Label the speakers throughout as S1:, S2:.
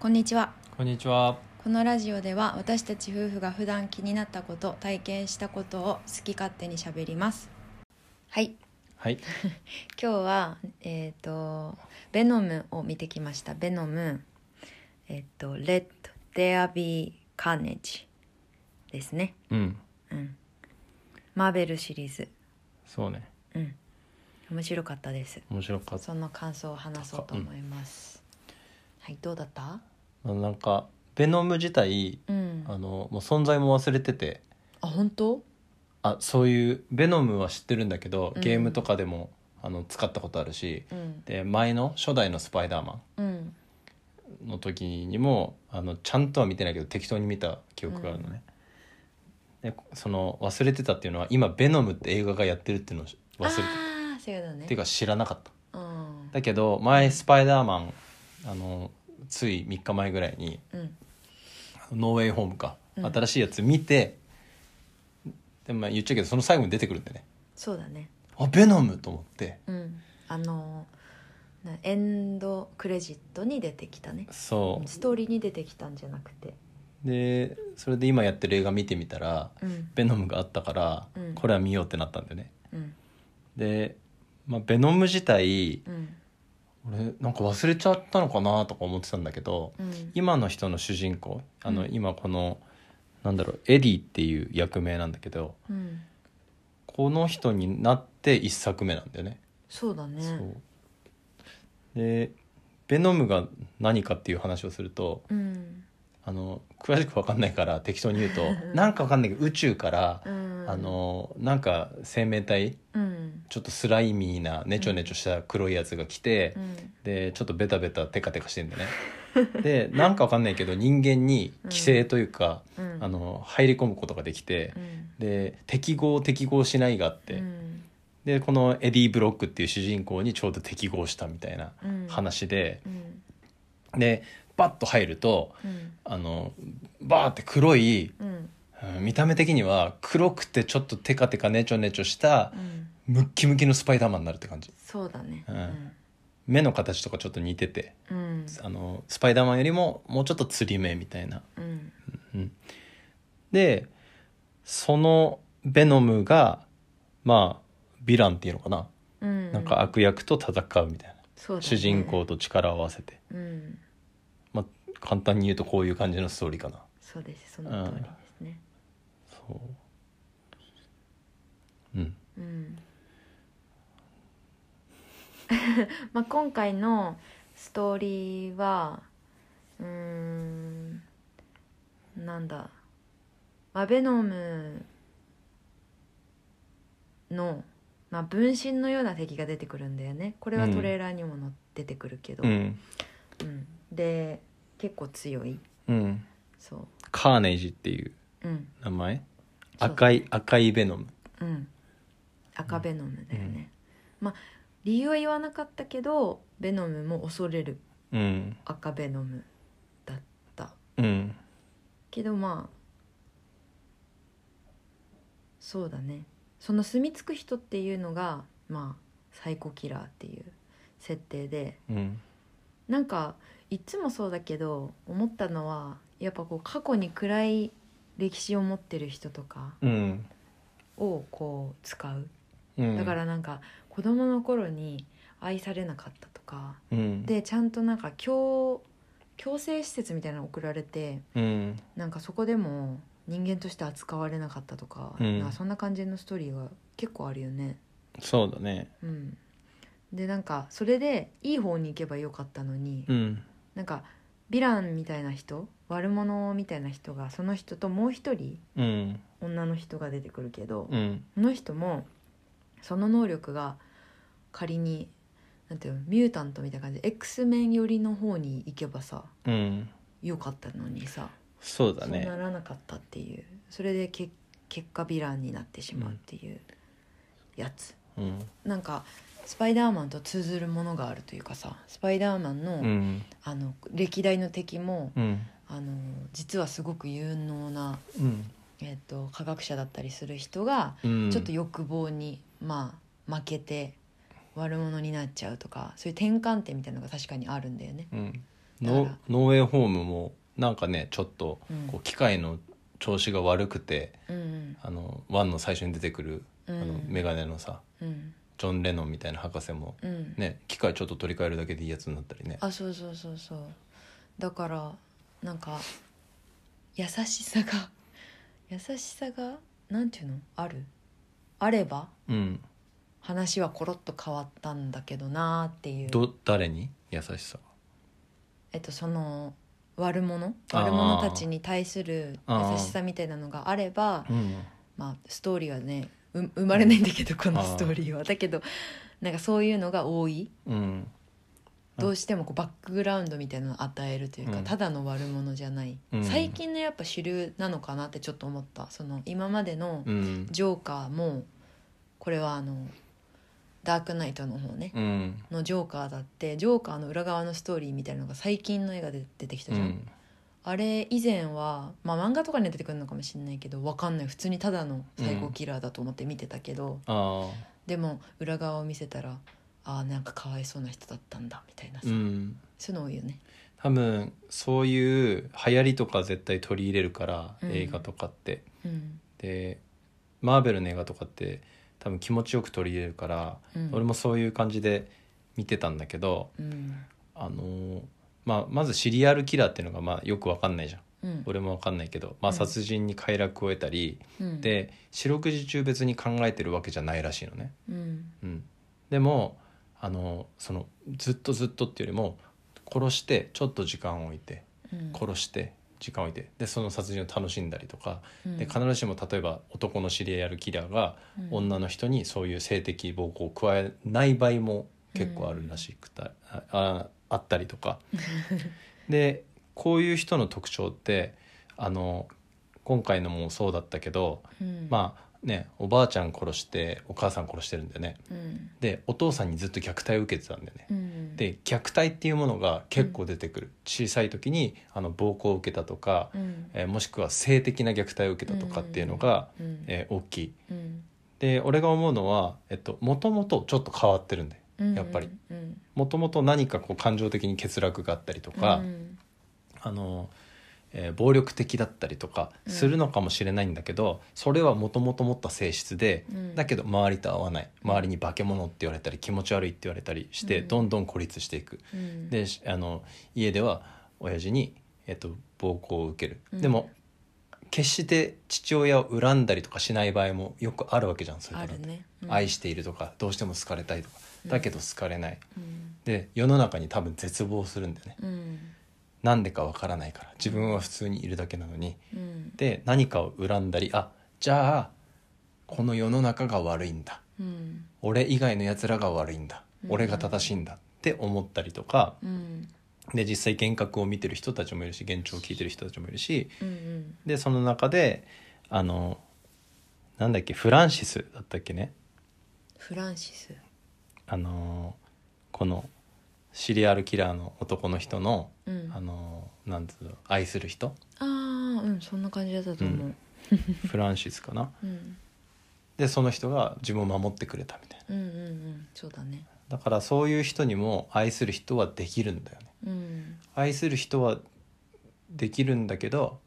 S1: こんにちは
S2: こんにちは。
S1: このラジオでは私たち夫婦が普段気になったこと体験したことを好き勝手にしゃべりますはい
S2: はい。
S1: 今日はえっ、と「ベノム」を見てきました「ベノム」えっ、と「Let There Be Carnage」ですね
S2: うん。
S1: うんマーベルシリーズ
S2: そうね。
S1: うん面白かったです
S2: 面白かった。
S1: その感想を話そうと思います、はいどうだった
S2: まあなんかベノム自体
S1: うん
S2: あのもう存在も忘れてて、
S1: あ本当
S2: あそういうベノムは知ってるんだけど
S1: うん
S2: ゲームとかでも、あの使ったことあるし、
S1: うん
S2: で前の初代のスパイダーマ
S1: うん
S2: ンの時にもあのちゃんとは見てないけど適当に見た記憶があるのね。でその忘れてたっていうのは今ベノムって映画がやってるっていうのを忘れてた。
S1: ああそういうのね
S2: っていうか知らなかった。
S1: うん
S2: だけど前スパイダーマンあのつい3日前ぐらいに
S1: うん
S2: ノーウェイホームか、
S1: うん
S2: 新しいやつ見てでもまあ言っちゃうけどその最後に出てくるんでね
S1: そうだね
S2: あベノムと思って
S1: うんあのーなエンドクレジットに出てきたね
S2: そ
S1: ストーリーに出てきたんじゃなくて
S2: うでそれで今やってる映画見てみたら
S1: うん
S2: ベノムがあったから、
S1: うん
S2: これは見ようってなったんだよね
S1: うん
S2: で、まあ、ベノム自体
S1: うん
S2: 俺なんか忘れちゃったのかなとか思ってたんだけど
S1: うん
S2: 今の人の主人公あ
S1: う
S2: の、
S1: ん
S2: 今このなんだろうエディっていう役名なんだけど
S1: うん
S2: この人になって1作目なんだよね
S1: そうだね
S2: そうでベノムが何かっていう話をすると
S1: うん
S2: あの詳しく分かんないから適当に言 うと
S1: ん
S2: なんか分かんないけど宇宙から、
S1: うん
S2: あのなんか生命体
S1: うん
S2: ちょっとスライミーなネチョネチョした黒いやつが来て、
S1: うん
S2: でちょっとベタベタテカテカしてんだねでなんか分かんないけど人間に寄生というか、
S1: うん
S2: あの入り込むことができて
S1: う、ん
S2: で適合適合しないがあって、
S1: うん
S2: でこのエディ・ブロックっていう主人公にちょうど適合したみたいな
S1: うん
S2: 話で、
S1: うん
S2: でバッと入ると
S1: うん
S2: あのバーって黒い、
S1: うん
S2: うん見た目的には黒くてちょっとテカテカネチョネチョした
S1: うん
S2: ムッキムキのスパイダーマンになるって感じ
S1: そうだね
S2: うん目の形とかちょっと似てて
S1: うん
S2: あのスパイダーマンよりももうちょっとつり目みたいな
S1: うん
S2: でそのベノムがまあヴィランっていうのかな、
S1: うん
S2: なんか悪役と戦うみたいな、
S1: そうだね
S2: 主人公と力を合わせて、
S1: うん
S2: まあ、簡単に言うとこういう感じのストーリーかな
S1: そうですその通りですね
S2: そううん
S1: うん まあ今回のストーリーはうーんなんだアベノムの、まあ、分身のような敵が出てくるんだよねこれはトレーラーにもの出てくるけど、
S2: うん、
S1: うんで結構強い
S2: うん、
S1: そ
S2: カーネージっていう
S1: ううん
S2: 名前
S1: そう
S2: 赤い赤いベノム
S1: うん赤ベノムだよね、まあ理由は言わなかったけどベノムも恐れる
S2: うん
S1: 赤ベノムだった
S2: うん
S1: けどまあそうだねその住み着く人っていうのがまあサイコキラーっていう設定で
S2: うん
S1: なんかいつもそうだけど思ったのはやっぱこう過去に暗い歴史を持ってる人とか
S2: うん
S1: をこう使う
S2: うん
S1: だからなんか子供の頃に愛されなかったとか
S2: うん
S1: でちゃんとなんか強強制施設みたいなの送られて
S2: うん
S1: なんかそこでも人間として扱われなかったとか,、
S2: うん
S1: なんかそんな感じのストーリーが結構あるよね。
S2: そうだね
S1: うん、でなんかそれでいい方に行けばよかったのに、
S2: うん
S1: なんかヴィランみたいな人悪者みたいな人がその人ともう一人
S2: うん
S1: 女の人が出てくるけど、
S2: うん
S1: その人もその能力が仮になんていうのミュータントみたいな感じで X メン寄りの方に行けばさ
S2: うん
S1: よかったのにさ
S2: そうだ
S1: そう
S2: ね
S1: ならなかったっていうそれでけ結果ヴィランになってしまうっていうやつ、
S2: うん
S1: なんかスパイダーマンと通ずるものがあるというかさスパイダーマンの,、
S2: うん
S1: あの歴代の敵も
S2: うん
S1: あの実はすごく有能な、
S2: うん
S1: えっと科学者だったりする人が
S2: うん
S1: ちょっと欲望に、まあ、負けて悪者になっちゃうとかそういう転換点みたいなのが確かにあるんだよね
S2: うんノ
S1: だから
S2: ノーウェイホームもなんかねちょっと
S1: うん
S2: こう機械の調子が悪くて、
S1: うん
S2: あのワンの最初に出てくる、
S1: うん
S2: あのメガネのさ
S1: うん
S2: ジョン・レノンみたいな博士も、
S1: うん、
S2: ね機械ちょっと取り替えるだけでいいやつになったりね
S1: あそうそうそうそうだからなんか優しさが優しさがなんていうのあるあれば
S2: うん
S1: 話はコロッと変わったんだけどなーっていう
S2: ど誰に優しさ
S1: えっとその悪者
S2: あー
S1: 悪者たちに対する優しさみたいなのがあれば
S2: うん
S1: まあストーリーはねう生まれないんだけどこのストーリーはだけどなんかそういうのが多い
S2: うんうん
S1: どうしてもこうバックグラウンドみたいなのを与えるというか、
S2: うん
S1: ただの悪者じゃない、
S2: うん
S1: 最近のやっぱ主流なのかなってちょっと思ったその今までの
S2: うん
S1: ジョーカーもこれはあのダークナイトの方ね、
S2: うん
S1: のジョーカーだってジョーカーの裏側のストーリーみたいなのが最近の映画で出てきた
S2: う
S1: じゃん、
S2: ん
S1: あれ以前はまあ漫画とかには出てくるのかもしれないけどわかんない普通にただの最高キラーだと思って見てたけど、
S2: あ
S1: でも裏側を見せたらあーなんかかわいそうな人だったんだみたいな
S2: ー
S1: さ、
S2: うん
S1: そういうの多いよね。
S2: 多分そういう流行りとか絶対取り入れるから、
S1: うん
S2: 映画とかって
S1: うん
S2: でマーベルの映画とかって多分気持ちよく取り入れるから、
S1: うん
S2: 俺もそういう感じで見てたんだけど
S1: うん
S2: あのーまあ、まずシリアルキラーっていうのがまあよくわかんないじゃん
S1: うん
S2: 俺もわかんないけど、まあ、
S1: うん
S2: 殺人に快楽を得たり、
S1: うん、
S2: で四六時中別に考えてるわけじゃないらしいのね。
S1: うん
S2: うん、でもあのそのずっとずっとっていうよりも殺してちょっと時間を置いて
S1: うん、
S2: 殺して時間を置いてでその殺人を楽しんだりとか
S1: うん
S2: で必ずしも例えば男の知り合いやるキラーが
S1: うん
S2: 女の人にそういう性的暴行を加えない場合も結構あるらしくた、あああったりと かでこういう人の特徴ってあの今回のもそうだったけど、
S1: うん、
S2: まあねおばあちゃん殺してお母さん殺してるんだよね。
S1: うん
S2: でお父さんにずっと虐待を受けてたんだよね。
S1: うん、
S2: で虐待っていうものが結構出てくる、小さい時にあの暴行を受けたとか、
S1: うん
S2: えーもしくは性的な虐待を受けたとかっていうのが、
S1: うん
S2: えー大きい
S1: うん
S2: で俺が思うのはえっともともとちょっと変わってるんだよ
S1: うん
S2: やっぱり
S1: うん
S2: もともと何かこう感情的に欠落があったりとか、
S1: うん
S2: あのえー暴力的だったりとか
S1: うん
S2: するのかもしれないんだけど、それはもともと持った性質で、
S1: うん
S2: だけど周りと合わない周りに化け物って言われたり気持ち悪いって言われたりして、
S1: うん
S2: どんどん孤立していく。
S1: うん、
S2: でしあの家では親父に、えっと、暴行を受ける、
S1: うん
S2: でも決して父親を恨んだりとかしない場合もよくあるわけじゃんそういう
S1: あ
S2: ことっ
S1: る
S2: て
S1: ね、うん、
S2: 愛しているとかどうしても好かれたいとか
S1: うん
S2: だけど好かれない、
S1: うん
S2: で世の中に多分絶望するんだよね
S1: うん
S2: なんでかわからないから自分は普通にいるだけなのに
S1: うん
S2: で何かを恨んだりあじゃあこの世の中が悪いんだ
S1: うん
S2: 俺以外のやつらが悪いんだ
S1: うん
S2: 俺が正しいんだって思ったりとか、
S1: うん
S2: で実際幻覚を見てる人たちもいるし幻聴を聞いてる人たちもいるし
S1: うん
S2: でその中であのなんだっけフランシスだったっけね
S1: フランシス
S2: あのこのシリアルキラーの男の人の、
S1: うん
S2: あのなんつうの愛する人
S1: あーうんそんな感じだったと思う
S2: フランシスかな
S1: うん
S2: でその人が自分を守ってくれたみたいな
S1: うんうんうんそうだね
S2: だからそういう人にも愛する人はできるんだよね
S1: うん
S2: 愛する人はできるんだけど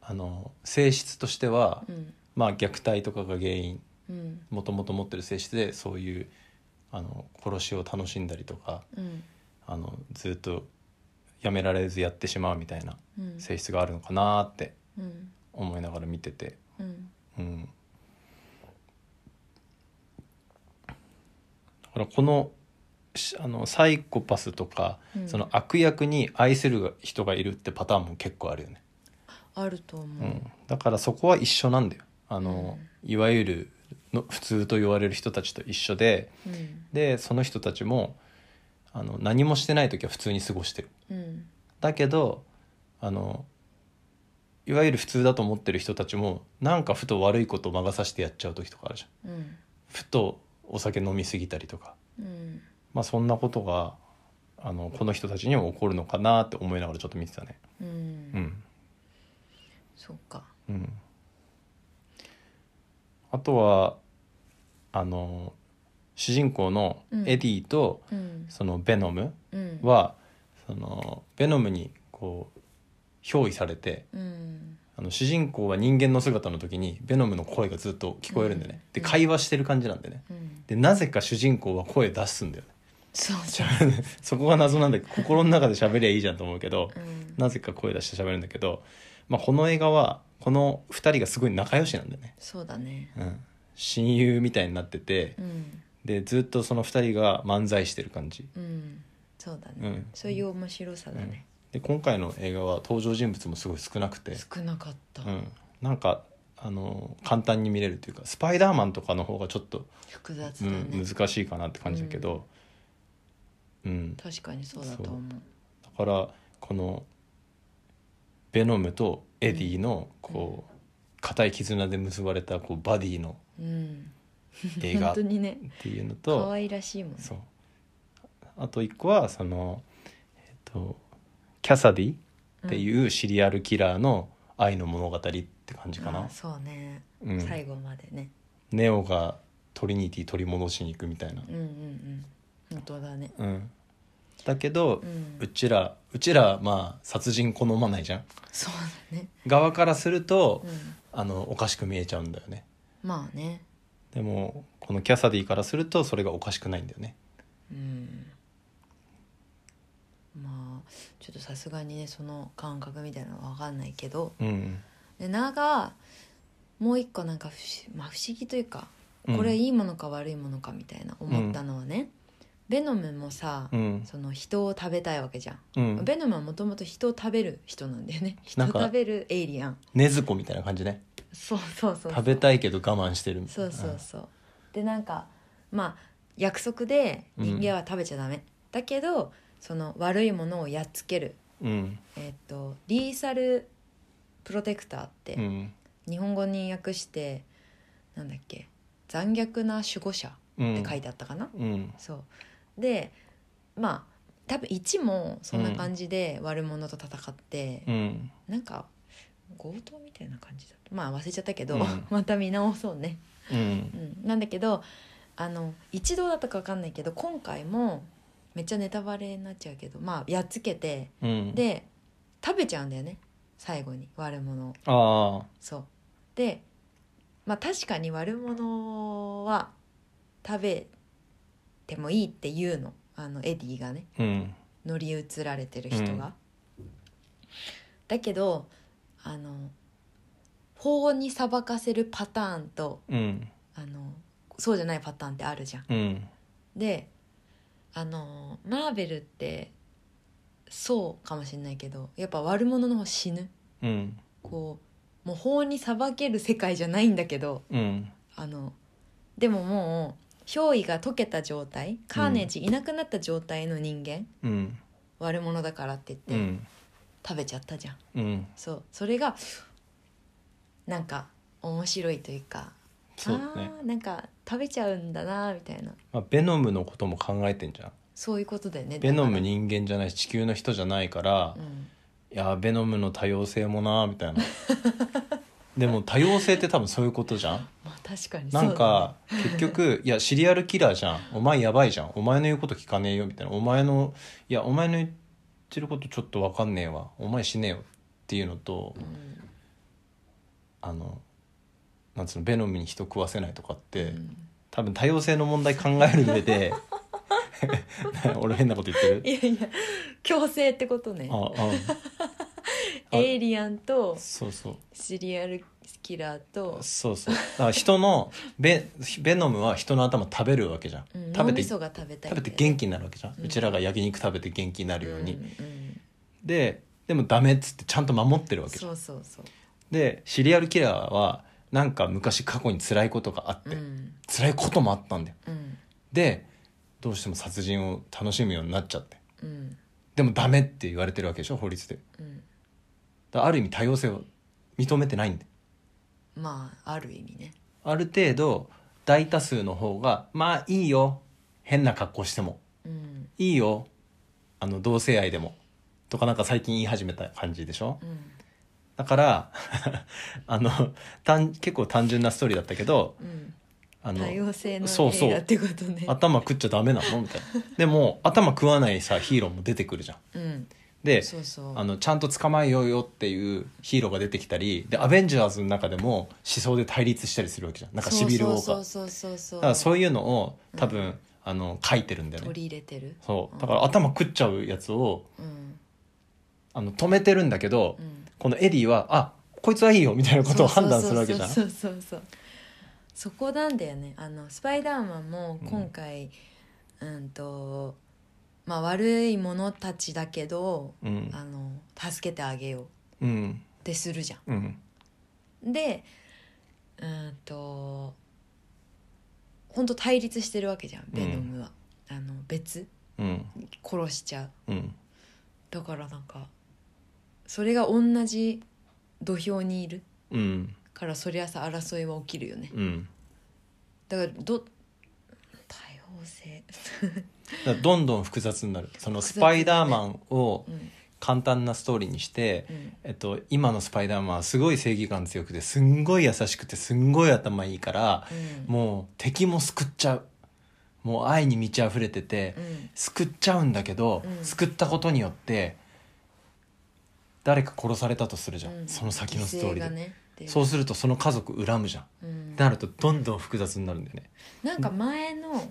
S2: あの性質としては、
S1: うん
S2: まあ虐待とかが原因
S1: うん
S2: もともと持ってる性質でそういうあの殺しを楽しんだりとか
S1: うん
S2: あのずっとやめられずやってしまうみたいな
S1: うん
S2: 性質があるのかなって
S1: うん
S2: 思いながら見てて、
S1: うん
S2: うん、だからこのしあのサイコパスとか、
S1: うん
S2: その悪役に愛する人がいるってパターンも結構あるよね、
S1: あると思
S2: う
S1: う、
S2: ん、だからそこは一緒なんだよあの、いわゆるの普通と言われる人たちと一緒で、
S1: うん
S2: でその人たちもあの何もしてない時は普通に過ごしてる
S1: うん
S2: だけどあのいわゆる普通だと思ってる人たちもなんかふと悪いことを魔が差してやっちゃう時とかあるじゃん
S1: うん
S2: ふとお酒飲みすぎたりとか、
S1: うん
S2: まあ、そんなことがあのこの人たちにも起こるのかなって思いながらちょっと見てたね
S1: うん、
S2: うん
S1: そうか
S2: うんあとはあの主人公のエディと
S1: うん
S2: そのベノム、
S1: うん
S2: はそのベノムにこう憑依されて
S1: うん
S2: あの主人公は人間の姿の時にベノムの声がずっと聞こえるんでね、
S1: うん
S2: で会話してる感じなんでね
S1: うん
S2: でなぜか主人公は声出すんだよね
S1: そうそう、
S2: そこが謎なんだけど心の中で喋りゃいいじゃんと思うけど
S1: うん、
S2: なぜか声出して喋るんだけど、まあ、この映画はこの2人がすごい仲良しなんだよね、
S1: そうだね
S2: うん、親友みたいになってて
S1: うん
S2: でずっとその2人が漫才してる感じ
S1: うんそうだね、
S2: うん
S1: そういう面白さだね、
S2: で今回の映画は登場人物もすごい少なくて、
S1: 少なかった、
S2: うん、なんかあの簡単に見れるというかスパイダーマンとかの方がちょっと、
S1: 複雑
S2: う
S1: だね、
S2: ん、難しいかなって感じだけど、うん、だ
S1: 確かにそうだと思う
S2: からこのベノムとエディのこう固い絆で結ばれたこうバデ ィの
S1: うん
S2: 映画
S1: 本
S2: っ
S1: 当にね
S2: ていうのと
S1: 可愛らしいもんね
S2: そうあと一個はその、えっと、キャサディっていうシリアルキラーの愛の物語って感じか
S1: あ
S2: な
S1: ー、そうね、
S2: うん
S1: 最後までね
S2: ネオがトリニティ取り戻しに行くみたいな
S1: うんうんうん本当だね
S2: うんだけど、
S1: う
S2: うんちらうちらまあ殺人好まないじゃん
S1: そうだね
S2: 側からすると
S1: う、ん
S2: あのおかしく見えちゃうんだよね
S1: まあね
S2: でもこのキャサディからするとそれがおかしくないんだよね
S1: うんまあちょっとさすがにねその感覚みたいなのは分かんないけど
S2: うん
S1: でながもう一個なんか不思,、まあ、不思議というか
S2: うん
S1: これいいものか悪いものかみたいな思ったのはね、ベノムもさ、
S2: うん
S1: その人を食べたいわけじゃん、
S2: うん
S1: ベノムはもともと人を食べる人なんだよね人
S2: な
S1: を
S2: んか
S1: 食べるエイリアン
S2: 禰豆子みたいな感じね
S1: そうそうそう
S2: 食べたいけど我慢してるみた
S1: そ
S2: いうな
S1: そうそうでなんかまあ約束で
S2: うん
S1: 人間は食べちゃダメ、だけどその悪いものをやっつける
S2: うん
S1: えっとリーサルプロテクターっ
S2: う
S1: て
S2: ん
S1: 日本語に訳してなんだっけ残虐な守護者
S2: うん
S1: って書いてあったかな、
S2: うん
S1: そうでまあ多分1もそんな感じで悪者と戦って、
S2: うん
S1: なんか強盗みたいな感じだったまあ忘れちゃったけど、
S2: うん
S1: また見直そうね
S2: うん
S1: うん、なんだけどあの一度だったか分かんないけど今回もめっちゃネタバレになっちゃうけどまあやっつけて
S2: うん
S1: で食べちゃうんだよね最後に悪者を
S2: ああ
S1: そうでまあ確かに悪者は食べてもいいっていうのあのエディがね
S2: うん
S1: 乗り移られてる人が、
S2: うん
S1: だけどあの法に裁かせるパターンと
S2: うん
S1: あのそうじゃないパターンってあるじゃん。
S2: うん
S1: であのマーベルってそうかもしれないけどやっぱ悪者の方死ぬ
S2: うん
S1: こうもう法に裁ける世界じゃないんだけど
S2: うん
S1: あのでももう憑依が解けた状態カーネージいなくなった状態の人間、
S2: うん
S1: 悪者だからって
S2: う
S1: 言って
S2: ん
S1: 食べちゃったじゃん。
S2: うん
S1: そうそれがなんか面白いというか
S2: そうだね
S1: あーなんか食べちゃうんだなみたいな
S2: まあ、ベノムのことも考えてんじゃん
S1: そういうことだよね
S2: ベノム
S1: だか
S2: 人間じゃないし地球の人じゃないから、
S1: らうん
S2: いやーベノムの多様性もなーみ たいなでも多様性って多分そういうことじゃん
S1: まあ確かにそうだ
S2: な
S1: ね
S2: んか、結局いやシリアルキラーじゃんお前やばいじゃんお前の言うこと聞かねえよみたいなお前のいやお前の言ってることちょっと分かんねえわお前死ねえよっていうのと
S1: うん
S2: あのなんつうのベノムに人食わせないとかって、
S1: うん
S2: 多分多様性の問題考える上で 俺変なこと言ってる
S1: いやいや強制ってことね
S2: ああ
S1: エイリアンと
S2: そうそう
S1: シリアルキラーと
S2: そうそうだから人のベベノムは人の頭食べるわけじゃん、
S1: うん
S2: 食
S1: 脳
S2: べ
S1: み
S2: て
S1: そ
S2: 食
S1: が食べたい
S2: べて元
S1: 気
S2: 気になるわけじゃん、
S1: う
S2: うんちらが焼肉食べて元気になるように、
S1: ん
S2: ででもダメっつってちゃんと守ってるわけじ
S1: そ
S2: ゃん
S1: うそうそう
S2: でシリアルキラーはなんか昔過去に辛いことがあって、
S1: うん
S2: 辛いこともあったんだよ
S1: うん
S2: でどうしても殺人を楽しむようになっちゃって
S1: うん
S2: でもダメって言われてるわけでしょ法律で
S1: うん
S2: だからある意味多様性を認めてないんで
S1: まあある意味ね
S2: ある程度大多数の方がまあいいよ変な格好しても
S1: うん
S2: いいよあの同性愛でもとかなんか最近言い始めた感じでしょ
S1: うん
S2: だからあの単結構単純なストーリーだったけど
S1: うん
S2: あの
S1: 多様性の
S2: そうそう
S1: 映画ってことね
S2: 頭食っちゃダメなのみたいなでも頭食わないさヒーローも出てくるじゃん
S1: うん
S2: で
S1: そうそう
S2: あのちゃんと捕まえようよっていうヒーローが出てきたりでアベンジャーズの中でも思想で対立したりするわけじゃんなんかシビルウォーカ
S1: そうそ
S2: ー
S1: うそうそうそう
S2: だからそう
S1: いう
S2: いうのを多分、あの書いてるんだよ
S1: 取
S2: ね
S1: り入れてる
S2: そうだから頭食っちゃうやつを
S1: うん
S2: あの止めてるんだけど、
S1: うん
S2: このエディはあこいつはいいよみたいなことを判断するわけじゃん
S1: そうそうそうそうそうそこなんだよねあのスパイダーマンも今回うん、とまあ悪い者たちだけど
S2: うん
S1: あの助けてあげようっ
S2: うん
S1: てするじゃ
S2: うん
S1: んでうんと本当対立してるわけじゃんベノムは、あの別
S2: うん
S1: 殺しちゃう
S2: うん
S1: だからなんかそれが同じ土俵にいる
S2: うん
S1: からそりゃさ争いは起きるよね
S2: うん
S1: だからど多様性
S2: だからどんどん複雑になるそのスパイダーマンを
S1: うん
S2: 簡単なストーリーにして、
S1: うん
S2: えっと、今のスパイダーマンはすごい正義感強くてすんごい優しくてすんごい頭いいから
S1: うん
S2: もう敵も救っちゃうもう愛に満ち溢れてて
S1: うん
S2: 救っちゃうんだけど、
S1: うん
S2: 救ったことによって誰か殺されたとするじゃん、
S1: うん
S2: その先のスト
S1: 犠
S2: ーリ
S1: 牲が
S2: ーで、
S1: ね出る
S2: そうするとその家族恨むじゃん
S1: うん
S2: ってなるとどんどん複雑になるんだよね
S1: なんか前の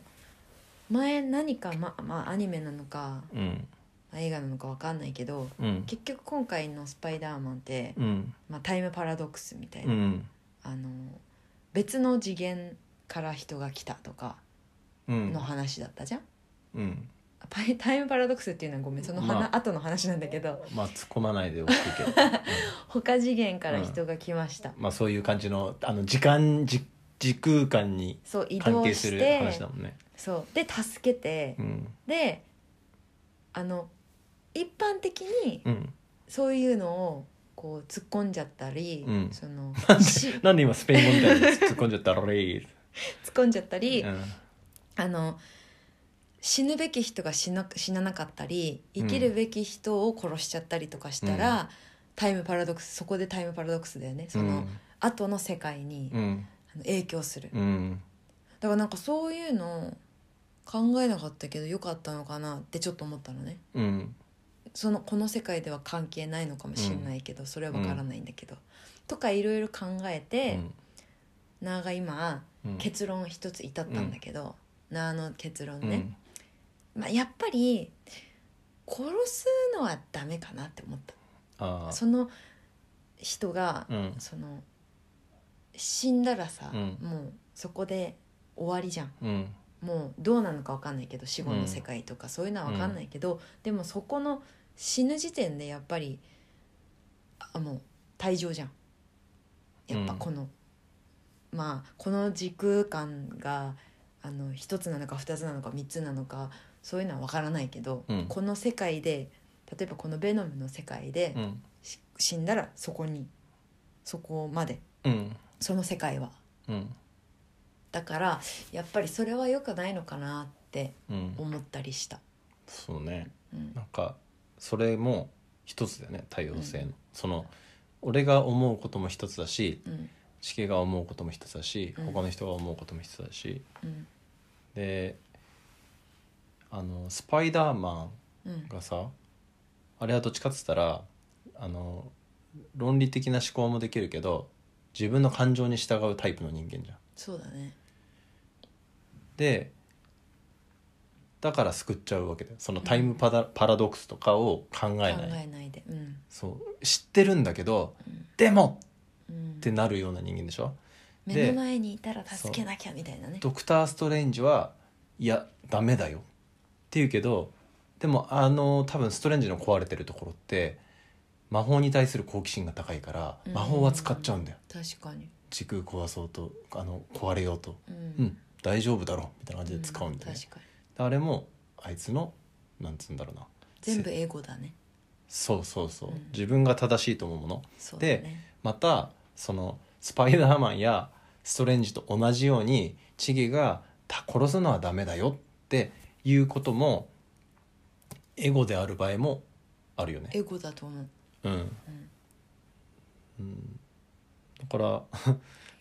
S1: 前何かままあアニメなのか
S2: うん
S1: 映画なのかわかんないけど
S2: うん
S1: 結局今回の「スパイダーマン」って、
S2: うん
S1: まあ、タイムパラドックスみたいうな、
S2: ん
S1: あの別の次元から人が来たとか
S2: うん
S1: の話だったじゃん、
S2: うん
S1: パイタイムパラドックスっていうのはごめんその話、
S2: まあ
S1: 後の話なんだけど
S2: まあ突っ込まないでおくけど、 うん
S1: 他次元から人が来ました、
S2: まあ、そういう感じのあの時間じ時空間に
S1: そう移
S2: 関
S1: 動
S2: 係す
S1: し
S2: る
S1: て
S2: 話だもんね。
S1: そうで助けて、
S2: うん
S1: であの一般的に
S2: うん、
S1: そういうのをこう突っ込んじゃったり、
S2: うん
S1: そのし突っ
S2: なんで今スペイン語みたいに突っ込んじゃったられい、
S1: 込んじゃったり、
S2: うん
S1: あの死ぬべき人が死な死ななかったり
S2: う
S1: 生
S2: ん
S1: きるべき人を殺しちゃったりとかしたら、タイムパラドックスそこでタイムパラドックスだよねその後の世界に、
S2: うん
S1: あの影響する、
S2: うん
S1: だからなんかそういうの考えなかったけどよかったのかなってちょっと思ったのね
S2: うん
S1: そのこの世界では関係ないのかもしれないけど、それは分からないんだけど、とかいろいろ考えて、なあが今
S2: うん
S1: 結論一つ至ったんだけど、なあの結論
S2: うん
S1: ね、まあ、やっぱり殺すのはダメかなって思っ
S2: あ
S1: た
S2: あ
S1: その人が、
S2: うん
S1: その死んだらさ、
S2: うん
S1: もうそこで終わりじゃん
S2: うん
S1: もうどうなのか分かんないけど死後の世界とかそういうのは分かんないけど、でもそこの死ぬ時点でやっぱりあもう退場じゃんやっぱこの、まあこの時空間があの一つなのか二つなのか三つなのかそういうのは分からないけど、
S2: うん
S1: この世界で例えばこのベノムの世界で、
S2: うん
S1: し死んだらそこにそこまで
S2: うん
S1: その世界は
S2: うん
S1: だからやっぱりそれは良くないのかなって
S2: うん
S1: 思ったりした。
S2: そうね
S1: うん
S2: なんかそれも一つだよね多様性の、その俺が思うことも一つだし
S1: うん
S2: 地形が思うことも一つだし
S1: うん
S2: 他の人が思うことも一つだし、
S1: うん
S2: であのスパイダーマ
S1: うん
S2: ンがさあれはどっちかっつったらあの論理的な思考もできるけど自分の感情に従うタイプの人間じゃん。
S1: そうだね
S2: でだから救っちゃうわけだよそのタイムパラパラドックスとかを考え
S1: 考
S2: ない
S1: えないでうん
S2: そう知ってるんだけど、
S1: うん
S2: でも
S1: うん
S2: ってなるような人間でしょで
S1: 目の前にいたら助けなきゃみたいなね
S2: ドクター・ストレンジはいやダメだよって言うけどでもあの多分ストレンジの壊れてるところって魔法に対する好奇心が高いから
S1: うん
S2: 魔法は使っちゃうんだよ、
S1: 確かに
S2: 時空壊そうとあの壊れようと
S1: う
S2: うんん大丈夫だろうみたいな感じで使うんだよね
S1: 確、かに
S2: であれもあいつのなんつうんだろうな
S1: 全部
S2: せ
S1: 英語だね
S2: そうそうそう、
S1: うん
S2: 自分が正しいと思うもの
S1: そうだね
S2: またそのスパイダーマンやストレンジと同じようにチゲがた殺すのはダメだよっていうこともエゴである場合もあるよね。
S1: 英語だと思う
S2: うん、うんだから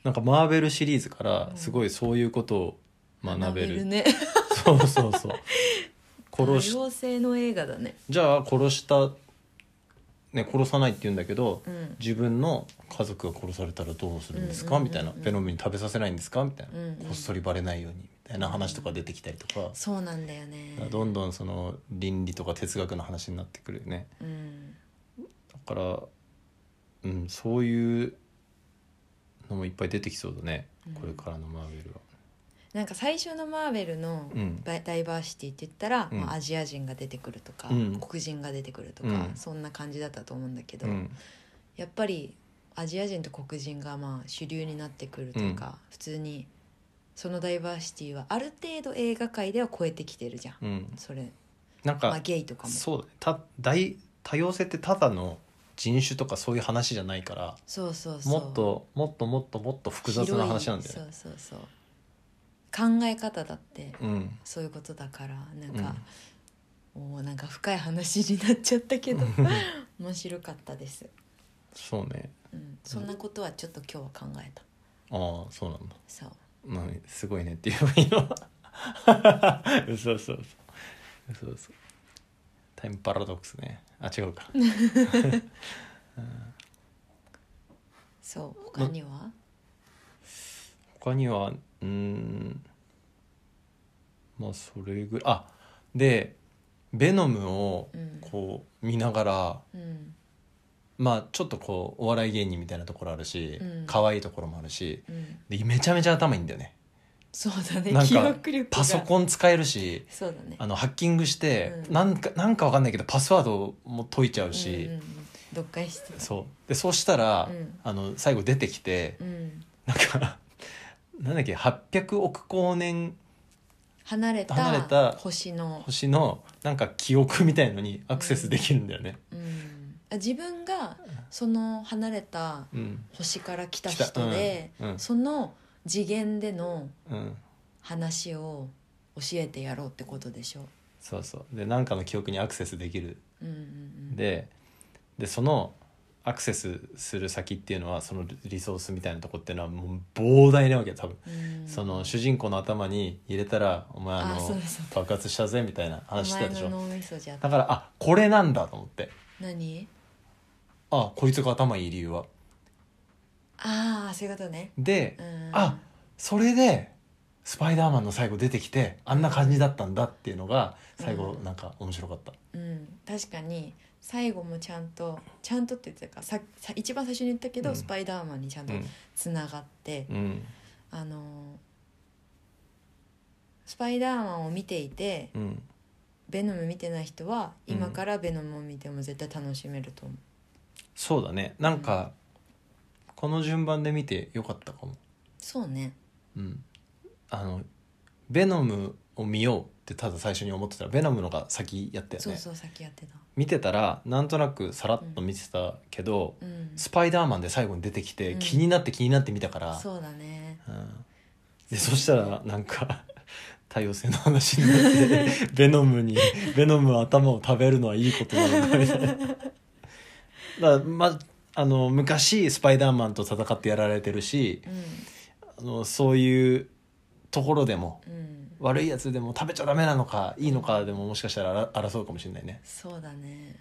S2: なんかマーベルシリーズからすごいそういうことを学べる,、
S1: ね
S2: そうそうそう殺し
S1: 多様性の映画だね
S2: じゃあ殺した、ね、殺さないって言うんだけど、
S1: うん
S2: 自分の家族が殺されたらどうするんですか、
S1: うんうんうん
S2: みたいなベノムに食べさせないんですかみたいな、
S1: うんうん
S2: こっそりバレないようにみたいな話とか出てきたりとか,、
S1: そうなんだよね
S2: どんどんその倫理とか哲学の話になってくるよね
S1: うん
S2: だから、うん、そういうのもいっぱい出てきそうだね、
S1: うん
S2: これからのマーベルは。
S1: なんか最初のマーベルの
S2: うん
S1: バイダイバーシティって言ったら、
S2: うん
S1: まあ、アジア人が出てくるとか、
S2: うん
S1: 黒人が出てくるとか、
S2: うん
S1: そんな感じだったと思うんだけど、
S2: うん
S1: やっぱりアジア人と黒人がまあ主流になってくるとか、普通にそのダイバーシティはある程度映画界では超えてきてるじゃん、
S2: うん、
S1: それ、
S2: なんか、
S1: まあ、ゲイとかもそ
S2: そうだねた大多様性ってただの人種とかそういう話じゃないから
S1: うそうそう
S2: もっともっともっともっと複雑な話なんだよね。
S1: 広いそうそうそう考え方だって
S2: うん
S1: そういうことだからなんか、おーなんか深い話になっちゃったけど 面白かったです、
S2: そうね
S1: うん、そんなことはちょっと今日は考えた
S2: ああそうなんだ
S1: そう
S2: なにすごいねって言えばいいの 嘘嘘嘘嘘嘘タイムパラドックスねあ違うか
S1: そう他には、
S2: 他にはうーんまあそれぐらいあで「ベノム」を
S1: うん
S2: こう見ながら
S1: うん
S2: まあちょっとこうお笑い芸人みたいなところあるし、
S1: うん
S2: 可愛いところもあるし
S1: うん、
S2: でめちゃめちゃ頭いいんだよね
S1: そうだね
S2: なんか
S1: 記憶力が
S2: パソコン使えるし
S1: そうだね
S2: あのハッキングして、
S1: うん
S2: なんかなんかわかんないけどパスワードも解いちゃうし、
S1: うんうんうん、読解してた
S2: そうでそうしたら、
S1: うん
S2: あの最後出てきて
S1: うん、
S2: なんか なんだっけ800億光年
S1: 離れた
S2: 離れた
S1: 星の、
S2: 星のなんか記憶みたいのにアクセスできるんだよね。
S1: うん、あ自分がその離れた
S2: うん
S1: 星から来た
S2: 来た
S1: 人で、
S2: うんうん
S1: その次元での
S2: うん
S1: 話を教えてやろうってことでしょ
S2: そうそうでなんかの記憶にアクセスできる
S1: うんうんうん
S2: ででそのアクセスする先っていうのはそのリソースみたいなとこっていうのはもう膨大なわけよ多分、
S1: うん
S2: その主人公の頭に入れたら「お前あの
S1: あそうそう
S2: 爆発したぜ」みたいな話してたでし
S1: お前
S2: ょ
S1: の脳みそじゃ
S2: だからあこれなんだと思って
S1: 何
S2: あこいつが頭いい理由は
S1: ああそういうことね
S2: で、
S1: うん
S2: あそれでスパイダーマンの最後出てきてあんな感じだったんだっていうのが最後
S1: うん
S2: なんか面白かった、
S1: うん確かに最後もちゃんとちゃんとって言ってたかささ一番最初に言ったけど、
S2: うん
S1: スパイダーマンにちゃんと
S2: うん
S1: つながって、
S2: うん
S1: あのースパイダーマンを見ていて
S2: うん
S1: ベノム見てない人は
S2: うん
S1: 今からベノムを見ても絶対楽しめると思う、
S2: そうだねなんか、この順番で見てよかったかも
S1: そうね
S2: うん、あの「ベノムを見よう」ってただ最初に思ってたらベノムのが先やったよね
S1: そうそう先やってた
S2: 見てたらなんとなくさらっと見てたけど、
S1: うん
S2: スパイダーマンで最後に出てきて、
S1: うん
S2: 気になって気になって見たから
S1: そうだね
S2: うんでそしたらなんか多様性の話に なってベノムにベノムは頭を食べるのはいいことなんだみたいな。だからまあの昔スパイダーマンと戦ってやられてるし
S1: う
S2: あのそういうところでも
S1: んうん
S2: 悪いやつでも食べちゃダメなのかいいのかでももしかしたらあら争うかもしれないね
S1: そうだね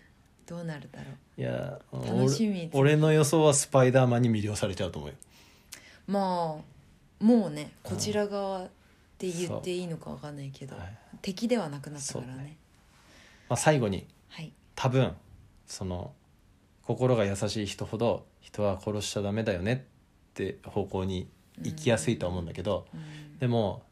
S1: どうなるだろ
S2: いや
S1: 楽しみ
S2: 俺俺の予想はスパイダーマンに魅了されちゃうと思うよ
S1: うまあもうねこちら側って言っていいのかわかんないけど、
S2: はい
S1: 敵ではなくなったから
S2: そう
S1: ね
S2: だねまあ、最後に
S1: はい
S2: 多分その心が優しい人ほど人は殺しちゃダメだよねって方向に行きやすいとは思うんだけど、
S1: うん
S2: でも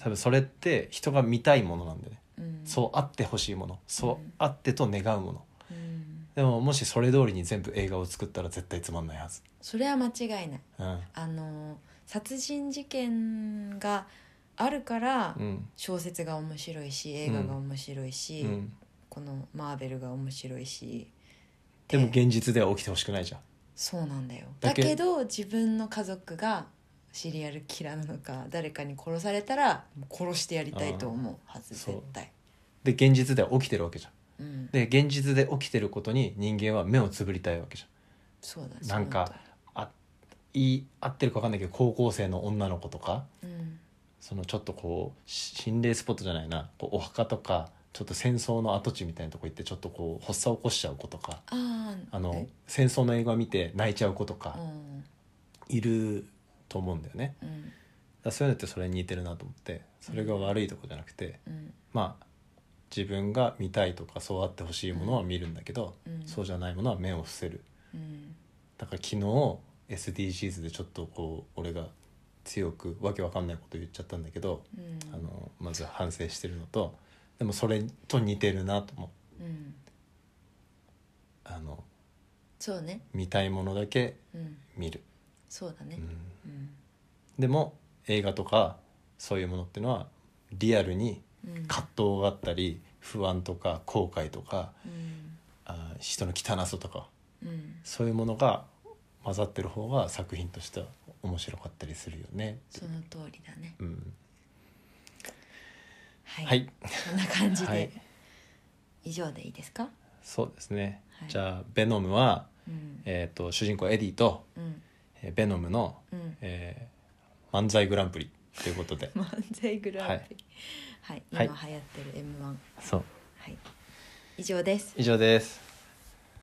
S2: 多分それって人が見たいものなんだよね、
S1: うん
S2: そうあってほしいものそう
S1: うん
S2: あってと願うもの
S1: うん
S2: でももしそれ通りに全部映画を作ったら絶対つまんないはず、
S1: それは間違いない
S2: うん
S1: あの殺人事件があるから
S2: うん
S1: 小説が面白いし映画が面白いし、
S2: うん、
S1: このマーベルが面白いし
S2: でも現実では起きてほしくないじゃん
S1: そうなんだよ
S2: だ
S1: だ
S2: け
S1: けど自分の家族がシリアルキラーなのか誰かに殺されたらもう殺してやりたいと思うはず
S2: そう
S1: 絶対
S2: で現実では起きてるわけじゃん
S1: うん
S2: で現実で起きてることに人間は目をつぶりたいわけじ
S1: そうだね
S2: ゃんなんか
S1: その通
S2: あ言い合ってるか分かんないけど高校生の女の子とか
S1: うん
S2: そのちょっとこうし心霊スポットじゃないなこうお墓とかちょっと戦争の跡地みたいなとこ行ってちょっとこう発作起こしちゃう子とか
S1: あー
S2: あの戦争の映画見て泣いちゃう子と
S1: えう
S2: か
S1: ん
S2: いると思うんだよね。
S1: うん
S2: だからそういうのってそれに似てるなと思ってそれが悪いとこじゃなくて
S1: うん
S2: まあ自分が見たいとかそうあってほしいものは見るんだけど、
S1: うん
S2: そうじゃないものは目を伏せる
S1: うん
S2: だから昨日 SDGs でちょっとこう俺が強くわけわかんないこと言っちゃったんだけど、
S1: うん
S2: あのまず反省してるのとでもそれと似てるなとも
S1: うん
S2: あの
S1: そうね
S2: 見たいものだけ
S1: うん
S2: 見る、
S1: そうだね
S2: うん
S1: うん
S2: でも映画とかそういうものってのはリアルに
S1: うん
S2: 葛藤があったり不安とか後悔とか
S1: うん
S2: あー人の汚さとか
S1: うん
S2: そういうものが混ざってる方が作品としては面白かったりするよねって
S1: その通りだね
S2: うん、
S1: はい、
S2: はい、
S1: そんな感じで、
S2: はい
S1: 以上でいいですか
S2: そうですね、
S1: はい
S2: じゃあベノムは、
S1: うん
S2: えー、と主人公エディと、
S1: うん
S2: えーベノムの、
S1: うん
S2: えー漫才グランプリということ で
S1: 漫才グランプリはい、
S2: はい
S1: 今流行ってる M1
S2: そう
S1: はい以上です
S2: 以上です